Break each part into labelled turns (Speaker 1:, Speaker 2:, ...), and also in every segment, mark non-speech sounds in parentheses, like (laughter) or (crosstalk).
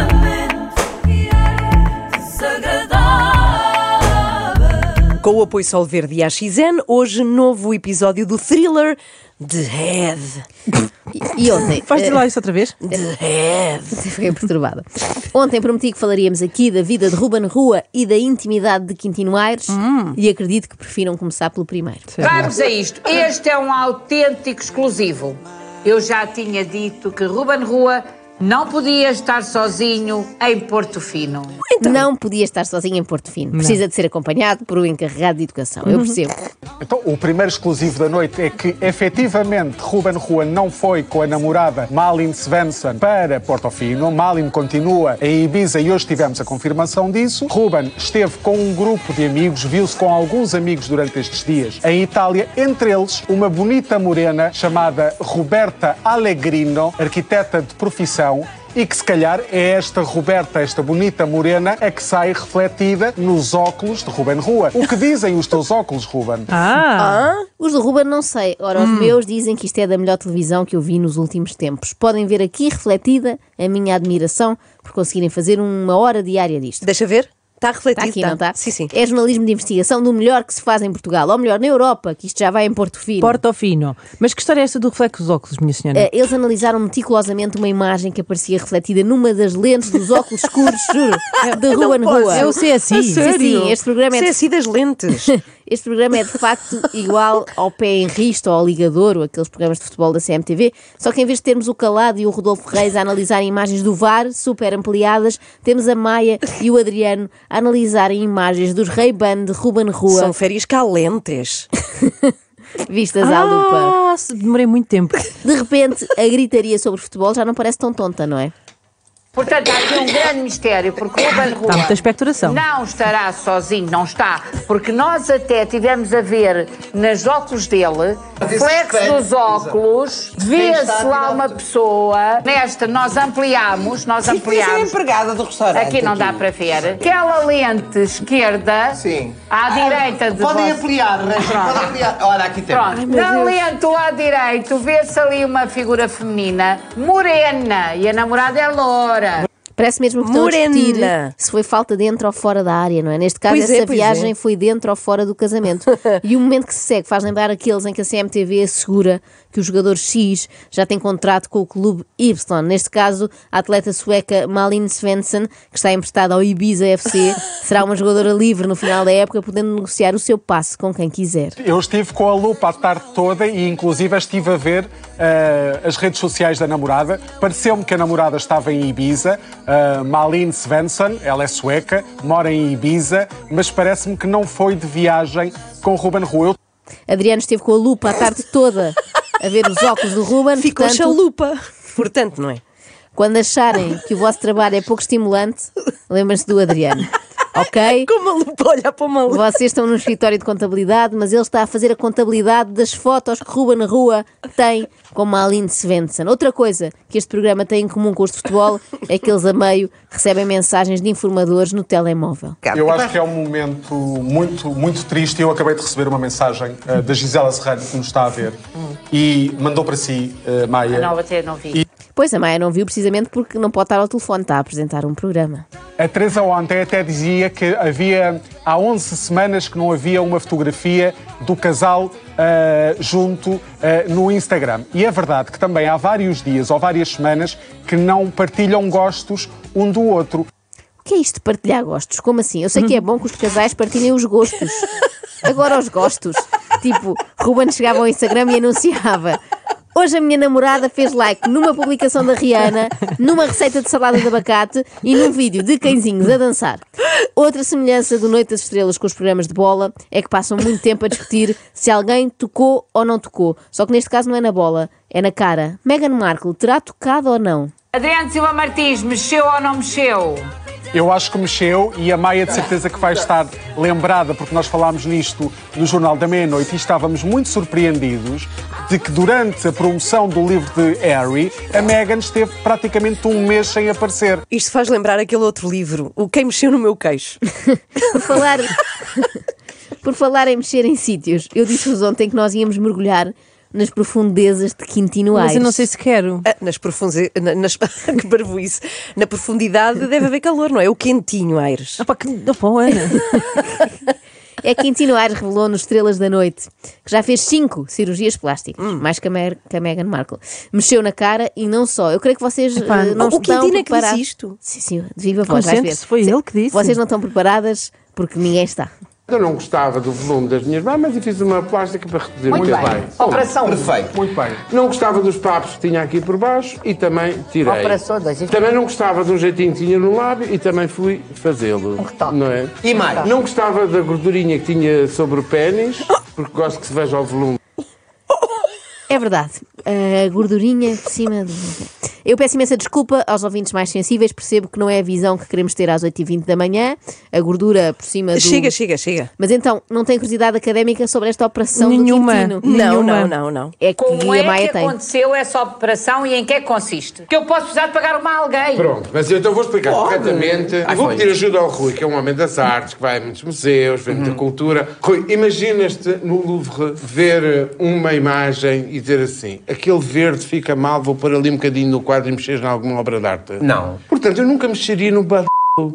Speaker 1: Extremamente desagradável.
Speaker 2: Com o apoio Solverde e AXN, hoje novo episódio do thriller The Head.
Speaker 3: E ontem.
Speaker 4: Vais
Speaker 3: eh,
Speaker 4: dizer lá isso outra vez?
Speaker 2: The Head.
Speaker 3: Fiquei perturbada. Ontem prometi que falaríamos aqui da vida de Ruben Rua e da intimidade de Quintino Aires
Speaker 4: Hum.
Speaker 3: e acredito que prefiram começar pelo primeiro.
Speaker 5: Vamos a isto. Este é um autêntico exclusivo. Eu já tinha dito que Ruben Rua não podia estar sozinho em Porto Fino.
Speaker 4: Então.
Speaker 3: Não podia estar sozinho em Porto Fino. Precisa de ser acompanhado por um encarregado de educação.
Speaker 4: Uhum.
Speaker 3: Eu percebo.
Speaker 6: Então, o primeiro exclusivo da noite é que, efetivamente, Ruben Rua não foi com a namorada Malin Svensson para Portofino. Malin continua em Ibiza e hoje tivemos a confirmação disso. Ruben esteve com um grupo de amigos, viu-se com alguns amigos durante estes dias em Itália, entre eles uma bonita morena chamada Roberta Allegrino, arquiteta de profissão, e que se calhar é esta Roberta, esta bonita morena, a que sai refletida nos óculos de Ruben Rua. O que dizem os teus óculos, Ruben?
Speaker 4: Ah,
Speaker 3: Os do Ruben não sei. Ora, os
Speaker 4: Hum.
Speaker 3: meus dizem que isto é da melhor televisão que eu vi nos últimos tempos. Podem ver aqui refletida a minha admiração por conseguirem fazer uma hora diária disto.
Speaker 2: Deixa ver. Está refletido.
Speaker 3: Está aqui,
Speaker 2: tá?
Speaker 3: não está?
Speaker 2: Sim, sim.
Speaker 3: É jornalismo de investigação do melhor que se faz em Portugal, ou melhor, na Europa, que isto já vai em Porto Fino.
Speaker 4: Portofino. Mas que história é esta do reflexo dos óculos, minha senhora?
Speaker 5: É.
Speaker 3: Eh, Eles analisaram meticulosamente uma imagem que aparecia refletida numa das lentes dos óculos escuros,
Speaker 2: (laughs)
Speaker 3: juro, de rua em rua.
Speaker 2: É o CSI.
Speaker 3: Sim, sim, este programa é de
Speaker 2: CSI assim das
Speaker 3: (laughs)
Speaker 2: lentes.
Speaker 3: Este programa é de
Speaker 2: (laughs)
Speaker 3: facto igual ao pé em risto ou ao ligador, ou aqueles programas de futebol da CMTV, só que em vez de termos o Calado e o Rodolfo Reis a analisarem imagens do VAR, super ampliadas, temos a Maia e o Adriano a analisarem imagens dos Ray-Ban de Ruben Rua,
Speaker 2: São férias
Speaker 3: (laughs)
Speaker 2: calentes.
Speaker 3: vistas à lupa.
Speaker 4: Ah, se- demorei muito tempo.
Speaker 3: De repente, a gritaria sobre futebol já não parece tão tonta, não é?
Speaker 5: Portanto, há aqui um grande mistério, porque Ruben Rua
Speaker 4: Está muita expectoração.
Speaker 5: não estará sozinho, não está. Porque nós até tivemos a ver nos óculos dele, reflexo dos óculos, vê-se lá uma pessoa. Nesta, nós ampliámos, nós ampliámos.
Speaker 7: é empregada do restaurante.
Speaker 5: Aqui não dá para ver. Aquela lente esquerda
Speaker 7: Sim.
Speaker 5: à direita de
Speaker 7: Ah, Podem
Speaker 5: vocês.
Speaker 7: ampliar, Regi, podem ampliar. Olha, aqui tem.
Speaker 5: Pronto, na lente do lado direito vê-se ali uma figura feminina morena e a namorada é loura.
Speaker 3: Parece mesmo que estão
Speaker 2: Morena.
Speaker 3: a discutir se foi falta dentro ou fora da área, não é? Neste caso,
Speaker 2: Pois é,
Speaker 3: essa
Speaker 2: pois
Speaker 3: viagem
Speaker 2: é.
Speaker 3: foi dentro ou fora do casamento. e o momento que se segue faz lembrar aqueles em que a CMTV assegura que o jogador X já tem contrato com o clube Y. Neste caso, a atleta sueca Malin Svensson, que está emprestada ao Ibiza FC, será uma jogadora livre no final da época, podendo negociar o seu passe com quem quiser.
Speaker 6: Eu estive com a lupa a tarde toda e, inclusive, estive a ver eh, as redes sociais da namorada. Pareceu-me que a namorada estava em Ibiza. Eh, Malin Svensson, ela é sueca, mora em Ibiza, mas parece-me que não foi de viagem com Ruben Rua. Eu
Speaker 3: Adriano esteve com a lupa a tarde toda a ver os óculos do Ruben.
Speaker 2: Ah, Ficou
Speaker 3: portanto,
Speaker 2: chalupa. Portanto, não é?
Speaker 3: Quando acharem que o vosso trabalho é pouco estimulante, lembrem-se do Adriano. Ok?
Speaker 2: Com uma lupa, olha para uma lupa.
Speaker 3: Vocês estão num escritório de contabilidade, mas ele está a fazer a contabilidade das fotos que Ruben Rua tem com a Aline Svensson. Outra coisa que este programa tem em comum com os de futebol é que eles a meio recebem mensagens de informadores no telemóvel.
Speaker 6: Eu acho que é um momento muito, muito triste. Eu acabei de receber uma mensagem eh, da Gisela Serrano, que nos está a ver, e mandou para si, eh, Maia.
Speaker 5: Não, até não vi.
Speaker 3: Pois a Maia não viu precisamente porque não pode estar ao telefone, está a apresentar um programa.
Speaker 6: A Teresa ontem até dizia que havia há 11 semanas que não havia uma fotografia do casal ah, junto ah, no Instagram. E é verdade que também há vários dias ou várias semanas que não partilham gostos um do outro.
Speaker 3: O que é isto de partilhar gostos? Como assim? Eu sei que é bom que os casais partilhem os gostos. Agora os gostos. Tipo, Ruben chegava ao Instagram e anunciava. Hoje a minha namorada fez like numa publicação da Rihanna, numa receita de salada de abacate e num vídeo de cãezinhos a dançar. Outra semelhança do Noite das Estrelas com os programas de bola é que passam muito tempo a discutir se alguém tocou ou não tocou. Só que neste caso não é na bola, é na cara. Meghan Markle terá tocado ou não?
Speaker 5: Adriano Silva Martins, mexeu ou não mexeu?
Speaker 6: Eu acho que mexeu e a Maia de certeza que vai estar lembrada, porque nós falámos nisto no Jornal da Meia-Noite e estávamos muito surpreendidos de que durante a promoção do livro de Harry, a Meghan esteve praticamente um mês sem aparecer.
Speaker 2: Isto faz lembrar aquele outro livro, O Quem Mexeu no Meu
Speaker 3: (laughs)
Speaker 2: Queixo.
Speaker 3: Por falar, por falar em mexer em sítios, eu disse-vos ontem que nós íamos mergulhar nas profundezas de Quintino Aires.
Speaker 4: Mas eu não sei se quero.
Speaker 2: Ah, Nas profundezas. Nas... (laughs) que barbuíce. Na profundidade deve haver calor, não é? O quentinho, Aires.
Speaker 4: Opa, que... Opa, Ana.
Speaker 3: É que Quintino Aires revelou nos Estrelas da Noite que já fez cinco cirurgias plásticas,
Speaker 4: Hum.
Speaker 3: mais que a, Mer- que a Meghan Markle. Mexeu na cara e não só. Eu creio que vocês
Speaker 4: Epá,
Speaker 3: eh, não
Speaker 2: o
Speaker 3: estão
Speaker 2: Quintino é que
Speaker 3: preparados.
Speaker 2: disse isto?
Speaker 3: Sim, sim, de viva voz, vais ver.
Speaker 4: Concentre-se, foi ele que disse.
Speaker 3: Vocês não estão preparadas porque ninguém está.
Speaker 8: Eu não gostava do volume das minhas mamas e fiz uma plástica para reduzir
Speaker 5: Muito
Speaker 8: muito
Speaker 5: bem.
Speaker 8: bem.
Speaker 5: Operação.
Speaker 7: Perfeito.
Speaker 6: Muito bem.
Speaker 8: Não gostava dos papos que tinha aqui por baixo e também tirei.
Speaker 5: Operação dois.
Speaker 8: Também não gostava de um jeitinho que tinha no lábio e também fui fazê-lo.
Speaker 5: Um retoque.
Speaker 8: Não é?
Speaker 7: E mais?
Speaker 8: Não gostava da gordurinha que tinha sobre o pênis, porque gosto que se veja o volume.
Speaker 3: É verdade. A gordurinha por cima do. Eu peço imensa desculpa aos ouvintes mais sensíveis, percebo que não é a visão que queremos ter às 8h20 da manhã, a gordura por cima do.
Speaker 2: Ah, Chega, chega, chega.
Speaker 3: Mas então, não tem curiosidade académica sobre esta operação
Speaker 4: Nenhuma.
Speaker 3: do Quintino?
Speaker 2: Não,
Speaker 4: Nenhuma.
Speaker 2: não, não, não.
Speaker 3: É que
Speaker 5: Como
Speaker 3: a
Speaker 5: é
Speaker 3: Maia
Speaker 5: que
Speaker 3: tem.
Speaker 5: aconteceu essa operação e em que é que consiste? Que eu posso precisar de pagar uma a alguém.
Speaker 8: Pronto, mas eu então vou explicar corretamente.
Speaker 7: Ah,
Speaker 8: E vou
Speaker 7: foi.
Speaker 8: pedir ajuda ao Rui, que é um homem das artes, que vai a muitos museus, vê
Speaker 5: Uhum.
Speaker 8: muita cultura. Rui, imaginas-te no Louvre ver eh, uma imagem e dizer assim: aquele verde fica mal, vou pôr ali um bocadinho no quadro e mexer em alguma obra de arte?
Speaker 7: Não.
Speaker 8: Portanto, eu nunca mexeria no bar.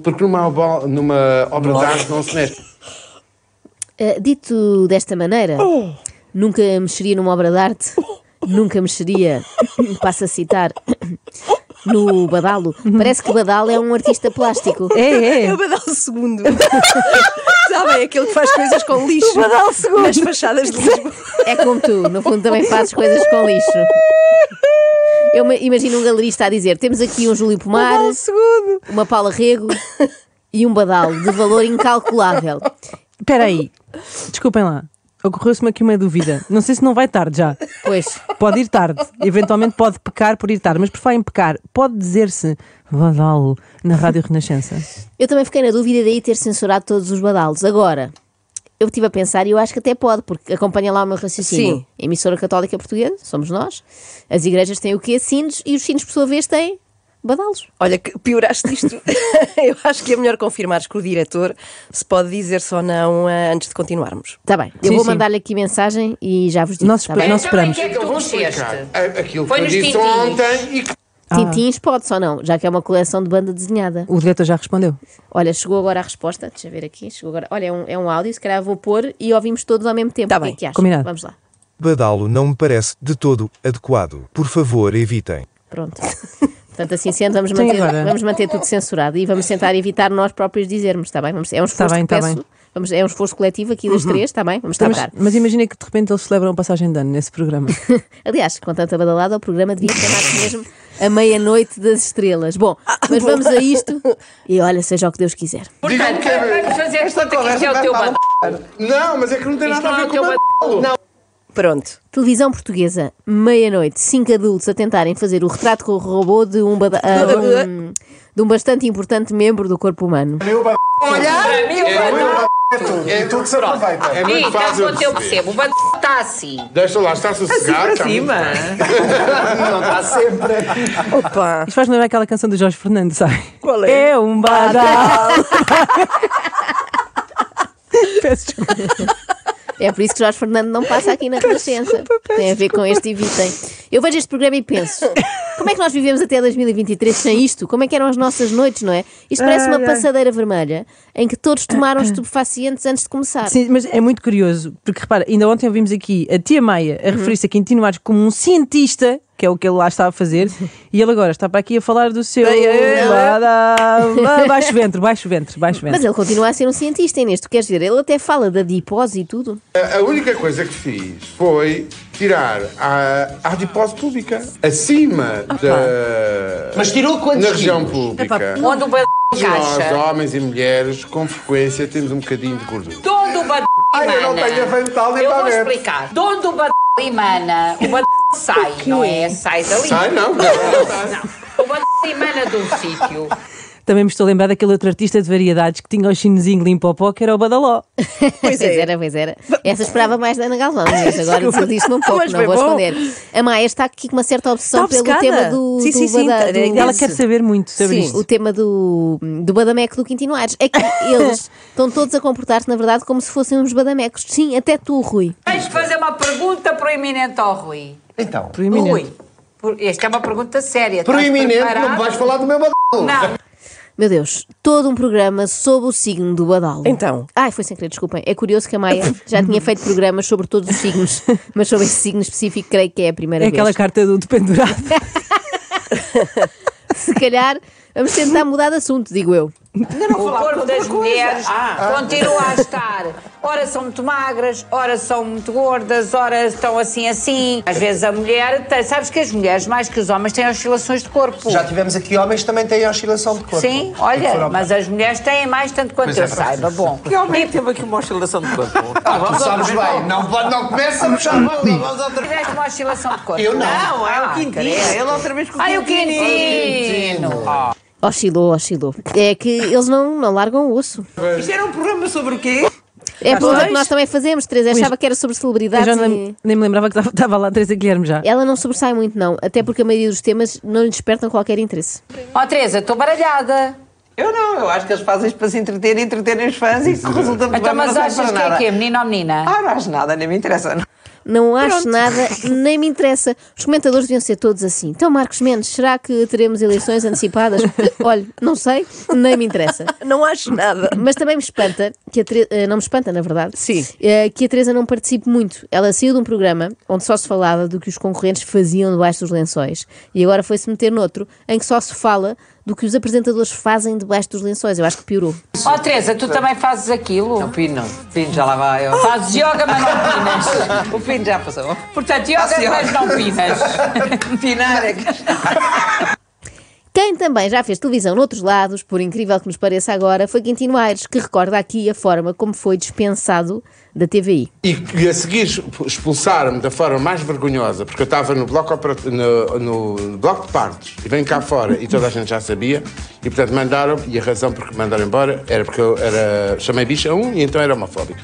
Speaker 8: Porque numa, obo- numa obra de arte não se mexe.
Speaker 3: Uh, dito desta maneira,
Speaker 2: Oh.
Speaker 3: nunca mexeria numa obra de arte, nunca mexeria, passo a citar,
Speaker 2: Oh.
Speaker 3: no Badalo. Parece que Badalo é um artista plástico.
Speaker 4: É, (laughs)
Speaker 2: É
Speaker 4: é.
Speaker 2: o Badal
Speaker 4: (laughs)
Speaker 2: segundo. Sabem, aquele que faz coisas com lixo.
Speaker 4: O Badal segundo.
Speaker 2: Nas fachadas de Lisboa.
Speaker 3: É como tu, no fundo também fazes coisas com lixo. Eu ma- imagino um galerista a dizer: temos aqui um Júlio Pomar,
Speaker 2: segundo.
Speaker 3: uma Paula Rego e um Badalo de valor incalculável.
Speaker 4: Espera aí. Desculpem lá. Ocorreu-se-me aqui uma dúvida. Não sei se não vai tarde já.
Speaker 3: Pois,
Speaker 4: Pode ir tarde. Eventualmente pode pecar por ir tarde. Mas por falar em pecar, pode dizer-se Vadal na Rádio Renascença.
Speaker 3: eu também fiquei na dúvida daí ter censurado todos os Badalos. Agora. Eu estive a pensar e eu acho que até pode, porque acompanha lá o meu raciocínio.
Speaker 2: Sim.
Speaker 3: Emissora Católica Portuguesa, somos nós. As igrejas têm o quê? Sinos e os sinos, por sua vez, têm badalos.
Speaker 2: Olha, que pioraste isto. (laughs) Eu acho que é melhor confirmares que o diretor se pode dizer só não eh, antes de continuarmos.
Speaker 3: Está Tá bem, eu
Speaker 4: Sim,
Speaker 3: vou
Speaker 4: sim.
Speaker 3: mandar-lhe aqui mensagem e já vos digo.
Speaker 4: Nós
Speaker 3: tá bem?
Speaker 4: Nós
Speaker 5: então, em
Speaker 4: esperamos.
Speaker 5: que é que tu mexeste?
Speaker 8: A- Aquilo
Speaker 5: Foi
Speaker 8: que eu
Speaker 5: nos
Speaker 8: disse
Speaker 5: tintinhos.
Speaker 8: ontem e que
Speaker 4: Ah.
Speaker 3: Tintins pode só não, já que é uma coleção de banda desenhada.
Speaker 4: O diretor já respondeu.
Speaker 3: Olha, chegou agora a resposta, deixa eu ver aqui, chegou agora. Olha, é um, é um áudio, se calhar vou pôr e ouvimos todos ao mesmo tempo.
Speaker 2: Tá
Speaker 3: o que
Speaker 2: bem,
Speaker 3: é que acham?
Speaker 4: combinado.
Speaker 3: Vamos lá.
Speaker 9: Badalo não me parece de todo adequado. Por favor, evitem.
Speaker 3: Pronto. (laughs) Portanto, assim sendo, vamos
Speaker 4: Então, e
Speaker 3: manter,
Speaker 4: agora?
Speaker 3: vamos manter tudo censurado e vamos tentar evitar nós próprios dizermos, está bem? Vamos, é um esforço
Speaker 4: bem,
Speaker 3: que
Speaker 4: tá
Speaker 3: peço.
Speaker 4: bem. Uhum.
Speaker 3: Vamos, é um esforço coletivo aqui das três, está bem?
Speaker 2: Tá
Speaker 4: Mas,
Speaker 3: Vamos trabalhar.
Speaker 4: mas imagina que de repente eles celebram a passagem de ano nesse programa.
Speaker 3: (laughs) Aliás, com tanta badalada, o programa devia chamar-se mesmo A Meia-Noite das Estrelas.
Speaker 4: (laughs)
Speaker 3: Bom,
Speaker 4: Ah,
Speaker 3: mas vamos a isto e olha, seja o que Deus quiser.
Speaker 5: Portanto,
Speaker 8: é
Speaker 5: vamos fazer isto que isto é o teu bando.
Speaker 8: Não, mas é que não tem
Speaker 5: Isto
Speaker 8: nada
Speaker 5: não
Speaker 8: a
Speaker 5: é
Speaker 8: ver
Speaker 5: o
Speaker 8: com
Speaker 5: teu
Speaker 8: o
Speaker 5: bando.
Speaker 2: (laughs) Pronto.
Speaker 3: Televisão portuguesa, meia-noite, cinco adultos a tentarem fazer o retrato com o robô de um, bada- ah, um- de um bastante importante membro do corpo humano.
Speaker 5: Para mim, o bando.
Speaker 6: É tudo se aproveita.
Speaker 8: É
Speaker 5: Ih,
Speaker 8: muito
Speaker 5: está
Speaker 8: fácil.
Speaker 5: quanto eu
Speaker 8: de dizer.
Speaker 5: percebo. O bando está assim.
Speaker 8: Deixa lá, está sossegado. está muito bem.
Speaker 7: Não está sempre.
Speaker 2: Opa.
Speaker 4: Isto faz lembrar aquela canção do Jorge Fernando, sabe?
Speaker 2: Ah. Qual é?
Speaker 4: É um
Speaker 2: (laughs)
Speaker 4: badal. Peço desculpa.
Speaker 3: É por isso que Jorge Fernando não passa aqui na Renascença. Tem a ver com este evitem. Eu vejo este programa e penso: como é que nós vivemos até 2023 sem isto? Como é que eram as nossas noites, não é? Isto parece uma
Speaker 4: Ai, ai.
Speaker 3: passadeira vermelha em que todos tomaram estupefacientes antes de começar.
Speaker 4: Sim, mas é muito curioso, porque repara, ainda ontem ouvimos aqui a tia Maia
Speaker 2: Uhum.
Speaker 4: a referir-se a Quintino Aires como um cientista, que é o que ele lá está a fazer, e ele agora está para aqui a falar do seu.
Speaker 2: Ei, ei, ei. (laughs)
Speaker 4: badal. Ah, Baixo ventre, baixo ventre, baixo ventre.
Speaker 3: Mas ele continua a ser um cientista, Inês. Tu queres ver? Ele até fala da dipose e tudo.
Speaker 8: A a única coisa que fiz foi tirar a, a adipose pública acima da.
Speaker 7: Mas tirou quantos
Speaker 8: Na região
Speaker 7: quilos?
Speaker 8: pública.
Speaker 5: Onde o bando
Speaker 8: Nós,
Speaker 5: encaixa.
Speaker 8: homens e mulheres, com frequência temos um bocadinho de gordura.
Speaker 5: Todo o bando
Speaker 6: Ai, eu não
Speaker 5: emana.
Speaker 6: tenho avental nem
Speaker 5: Eu
Speaker 6: para
Speaker 5: vou
Speaker 6: ver.
Speaker 5: explicar. Onde o bando emana, o bando sai, não é? Sai dali.
Speaker 8: Ai, não,
Speaker 2: é-
Speaker 5: Não. O bando emana de um sítio.
Speaker 4: Também me estou a lembrar daquele outro artista de variedades que tinha o chinesinho limpo ao pó, que era o Badaló.
Speaker 2: (laughs) Pois é.
Speaker 3: era, pois era. Essa esperava mais da Ana Galvão, mas agora
Speaker 2: Desculpa.
Speaker 3: desisti-me um pouco,
Speaker 2: Mas
Speaker 3: não
Speaker 2: foi
Speaker 3: vou
Speaker 2: bom.
Speaker 3: esconder. A Maia está aqui com uma certa obsessão
Speaker 4: Está
Speaker 3: pelo
Speaker 4: obcecada.
Speaker 3: tema do.
Speaker 2: Tá Sim,
Speaker 3: do
Speaker 2: sim, sim,
Speaker 3: Bada- do-
Speaker 4: Ela quer saber muito sobre
Speaker 3: Sim,
Speaker 4: isto.
Speaker 3: o tema do, do Badameco do Quintino Aires.
Speaker 2: (laughs)
Speaker 3: É que eles estão todos a comportar-se, na verdade, como se fossem uns Badamecos. Sim, até tu, Rui.
Speaker 5: Tens de fazer uma pergunta proeminente ao Rui.
Speaker 7: Então,
Speaker 4: Proeminente.
Speaker 5: Rui, por- esta é uma pergunta séria. Estás
Speaker 7: proeminente, não
Speaker 5: Tá preparado?
Speaker 7: vais falar do meu badalo.
Speaker 5: Não,
Speaker 3: Meu Deus, todo um programa sobre o signo do Badalo.
Speaker 2: Então.
Speaker 3: Ai, foi sem querer, desculpem. É curioso que a Maia já tinha feito programas sobre todos
Speaker 2: (laughs)
Speaker 3: os signos, mas sobre esse signo específico, creio que é a primeira
Speaker 4: É
Speaker 3: vez.
Speaker 4: aquela carta do
Speaker 3: (laughs)
Speaker 4: dependurado.
Speaker 3: Se calhar vamos tentar mudar de assunto, digo eu.
Speaker 5: o corpo das mulheres continua a estar. Ora são muito magras, ora são muito gordas, ora estão assim assim. Às vezes a mulher, tem- sabes que as mulheres, mais que os homens, têm oscilações de corpo.
Speaker 7: Já tivemos aqui homens que também têm oscilação de corpo.
Speaker 5: Sim,
Speaker 7: E foram
Speaker 5: olha,
Speaker 7: ao
Speaker 5: mas as mulheres têm mais tanto quanto
Speaker 7: é
Speaker 5: eu
Speaker 7: verdade.
Speaker 5: saiba. Bom,
Speaker 10: Realmente teve aqui uma oscilação de corpo.
Speaker 7: Ah, tu sabes bem, não, pode- não começa a puxar mal, vamos outra vez.
Speaker 5: tiveste uma oscilação de corpo.
Speaker 7: Eu não.
Speaker 10: Não, é
Speaker 5: Ah,
Speaker 10: o Quintino.
Speaker 5: credo.
Speaker 10: Ele outra vez com o
Speaker 5: Ai, o Quintino!
Speaker 3: Oscilou, oscilou. É que eles não, não largam o osso.
Speaker 10: Isto era um programa sobre o quê?
Speaker 3: É a pergunta que nós também fazemos, Teresa. Achava que era sobre
Speaker 4: Eu
Speaker 3: celebridades.
Speaker 4: já
Speaker 3: e-
Speaker 4: nem, nem me lembrava que estava- estava lá a Teresa Guilherme já.
Speaker 3: Ela não sobressai muito, não. Até porque a maioria dos temas não lhe despertam qualquer interesse.
Speaker 5: Ó, Teresa, estou baralhada.
Speaker 10: Eu não, eu acho que eles fazem isto para se entreter e entreterem os fãs e
Speaker 7: é
Speaker 10: isso resulta muito
Speaker 5: Então,
Speaker 10: bem,
Speaker 5: mas
Speaker 10: não
Speaker 5: achas
Speaker 10: serve
Speaker 5: que
Speaker 10: para
Speaker 5: é
Speaker 10: nada.
Speaker 5: que é, menino ou menina?
Speaker 10: Ah, não acho nada, nem me interessa. não.
Speaker 3: Não acho nada, nem me interessa. Os comentadores deviam ser todos assim. Então, Marcos Mendes, será que teremos eleições antecipadas? Olha, não sei, nem me interessa.
Speaker 2: (laughs) Não acho nada.
Speaker 3: Mas também me espanta, que a Tere- eh, não me espanta, na verdade,
Speaker 2: Sim.
Speaker 3: eh, que a Teresa não participe muito. Ela saiu de um programa onde só se falava do que os concorrentes faziam debaixo dos lençóis e agora foi-se meter noutro em que só se fala do que os apresentadores fazem debaixo dos lençóis. Eu acho que piorou.
Speaker 5: Ó, Teresa, tu também fazes aquilo?
Speaker 10: O Pino, o Pino já lá vai. ó.
Speaker 5: Fazes yoga, mas não pinas.
Speaker 10: O Pino já passou.
Speaker 5: Portanto, yoga,
Speaker 10: Faço yoga.
Speaker 5: mas não pinas.
Speaker 10: Pinar é que.
Speaker 3: Quem também já fez televisão noutros lados, por incrível que nos pareça agora, foi Quintino Aires, que recorda aqui a forma como foi dispensado da TVI.
Speaker 8: E que a seguir expulsaram-me da forma mais vergonhosa, porque eu estava no bloco, opera- no, no bloco de partes e vem cá fora e toda a gente já sabia. E portanto mandaram, e a razão por que mandaram embora era porque eu era, chamei bicha um e então era homofóbico.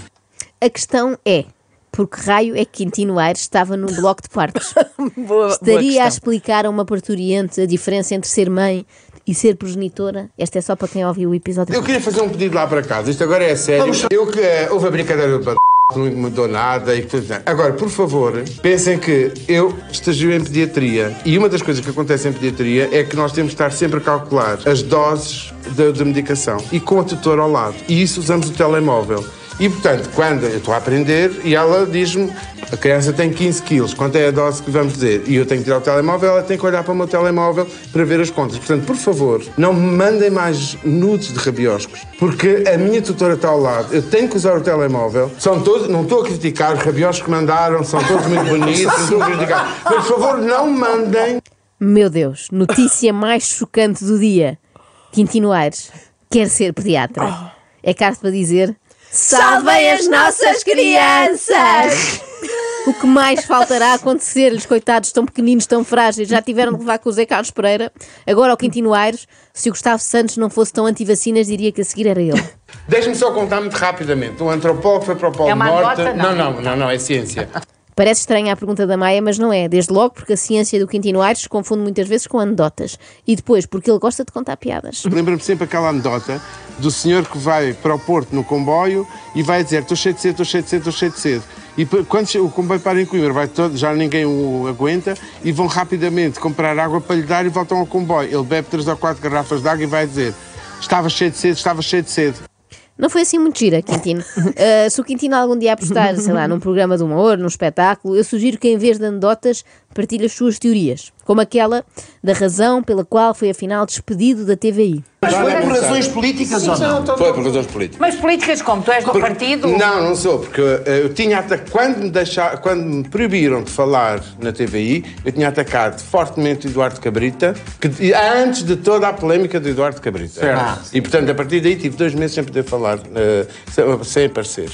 Speaker 3: A questão é, porque raio é que Quintino Aires estava num bloco de partos?
Speaker 2: (laughs) Boa,
Speaker 3: Estaria
Speaker 2: boa
Speaker 3: a
Speaker 2: questão.
Speaker 3: explicar a uma parturiente a diferença entre ser mãe e ser progenitora? Esta é só para quem ouviu o episódio.
Speaker 8: Eu queria fazer um pedido lá para casa, isto agora é sério. Eu que eh, houve a brincadeira do p... que não mudou nada e tudo. Agora, por favor, pensem que eu estagio em pediatria e uma das coisas que acontece em pediatria é que nós temos de estar sempre a calcular as doses da, da medicação e com a tutora ao lado. E isso usamos o telemóvel. E portanto, quando eu estou a aprender e ela diz-me a criança tem 15 quilos, quanto é a dose que vamos dizer? E eu tenho que tirar o telemóvel, ela tem que olhar para o meu telemóvel para ver as contas. Portanto, por favor, não me mandem mais nudes de rabioscos, porque a minha tutora está ao lado, eu tenho que usar o telemóvel. São todos, não estou a criticar, os rabioscos que mandaram, são todos (laughs) muito bonitos, não estou a criticar. Mas, por favor, não mandem
Speaker 3: Meu Deus, notícia (laughs) mais chocante do dia. Quintino Aires quer ser pediatra. É caro para dizer: Salvem as nossas crianças! O que mais faltará acontecer-lhes, coitados tão pequeninos, tão frágeis, já tiveram de levar com o Zé Carlos Pereira. Agora, ao Quintino Aires, se o Gustavo Santos não fosse tão anti-vacinas, diria que a seguir era ele.
Speaker 8: Deixe-me só contar muito rapidamente. Um antropólogo foi para o Polo
Speaker 5: É uma
Speaker 8: Norte.
Speaker 5: anedota? Não.
Speaker 8: não, não, não, não, é ciência.
Speaker 3: Parece estranha a pergunta da Maia, mas não é. Desde logo porque a ciência do Quintino Aires se confunde muitas vezes com anedotas. E depois porque ele gosta de contar piadas.
Speaker 8: Lembro-me sempre aquela anedota do senhor que vai para o Porto no comboio e vai dizer: estou cheio de cedo, estou cheio de cedo, estou cheio de cedo. E p- quando che- o comboio para em Coimbra, vai todo, já ninguém o aguenta e vão rapidamente comprar água para lhe dar e voltam ao comboio. Ele bebe três ou quatro garrafas de água e vai dizer: estava cheio de cedo, estava cheio de cedo.
Speaker 3: Não foi assim muito gira, Quintino. Uh, se o Quintino algum dia apostar, sei lá, num programa de humor, num espetáculo, eu sugiro que em vez de anedotas partilhe as suas teorias. Como aquela da razão pela qual foi afinal despedido da TVI.
Speaker 7: Mas foi por razões políticas ou não?
Speaker 8: Foi por razões políticas.
Speaker 5: Mas políticas como? Tu és do
Speaker 8: Porque-
Speaker 5: partido?
Speaker 8: Não, não sou, porque eh, eu tinha atacado. Quando me, deixa- quando me proibiram de falar na TVI, eu tinha atacado fortemente o Eduardo Cabrita, que, di- antes de toda a polémica do Eduardo Cabrita. E portanto, a partir daí tive dois meses sem poder falar, eh, sem, sem aparecer.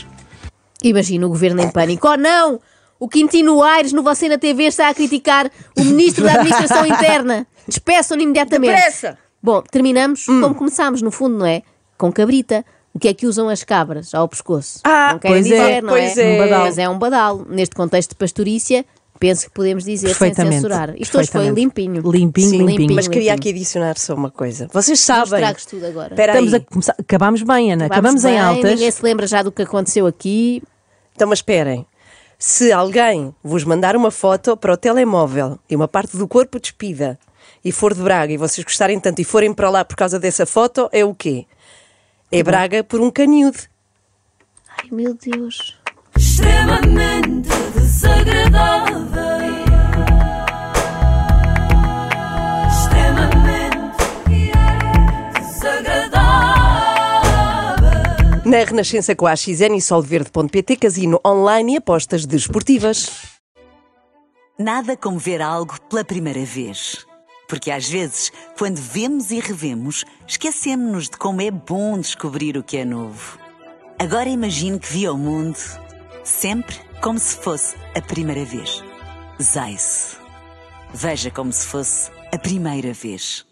Speaker 3: Imagina o governo em pânico. Oh não! O Quintino Aires no
Speaker 2: (laughs)
Speaker 3: Você na TV está a criticar o ministro da Administração Interna. Despeçam-no imediatamente.
Speaker 2: Depressa! Hum.
Speaker 3: Bom, terminamos como começámos, no fundo, não é? Com cabrita. O que é que usam as cabras ao pescoço?
Speaker 2: Ah,
Speaker 3: não querem
Speaker 4: pois é,
Speaker 3: dizer, não
Speaker 2: pois
Speaker 3: é?
Speaker 2: é. Um badalo.
Speaker 3: Mas é um badal. Neste contexto de pastorícia, penso que podemos dizer sem
Speaker 4: Perfeitamente,
Speaker 3: censurar. Isto hoje foi
Speaker 4: perfeitamente.
Speaker 3: limpinho.
Speaker 4: Limpinho, limpinho.
Speaker 2: Mas queria
Speaker 3: limpinho.
Speaker 2: aqui adicionar só uma coisa. Vocês
Speaker 3: Não
Speaker 2: sabem.
Speaker 3: estragues tudo agora.
Speaker 2: Espera aí.
Speaker 4: Estamos a começar. Acabámos bem, Ana. Acabamos,
Speaker 3: Acabámos
Speaker 4: em
Speaker 3: bem,
Speaker 4: altas.
Speaker 3: Ninguém se lembra já do que aconteceu aqui.
Speaker 2: Então, mas esperem. Se alguém vos mandar uma foto para o telemóvel e uma parte do corpo despida e for de Braga e vocês gostarem tanto e forem para lá por causa dessa foto, é o quê? É Braga por um canudo.
Speaker 3: Ai, meu Deus.
Speaker 1: extremamente desagradável. Extremamente desagradável.
Speaker 2: Na Renascença com a AXN e solverde.pt, casino online e apostas desportivas.
Speaker 11: Nada como ver algo pela primeira vez. Porque às vezes, quando vemos e revemos, esquecemos-nos de como é bom descobrir o que é novo. Agora imagine que viu o mundo sempre como se fosse a primeira vez. Zais. Veja como se fosse a primeira vez.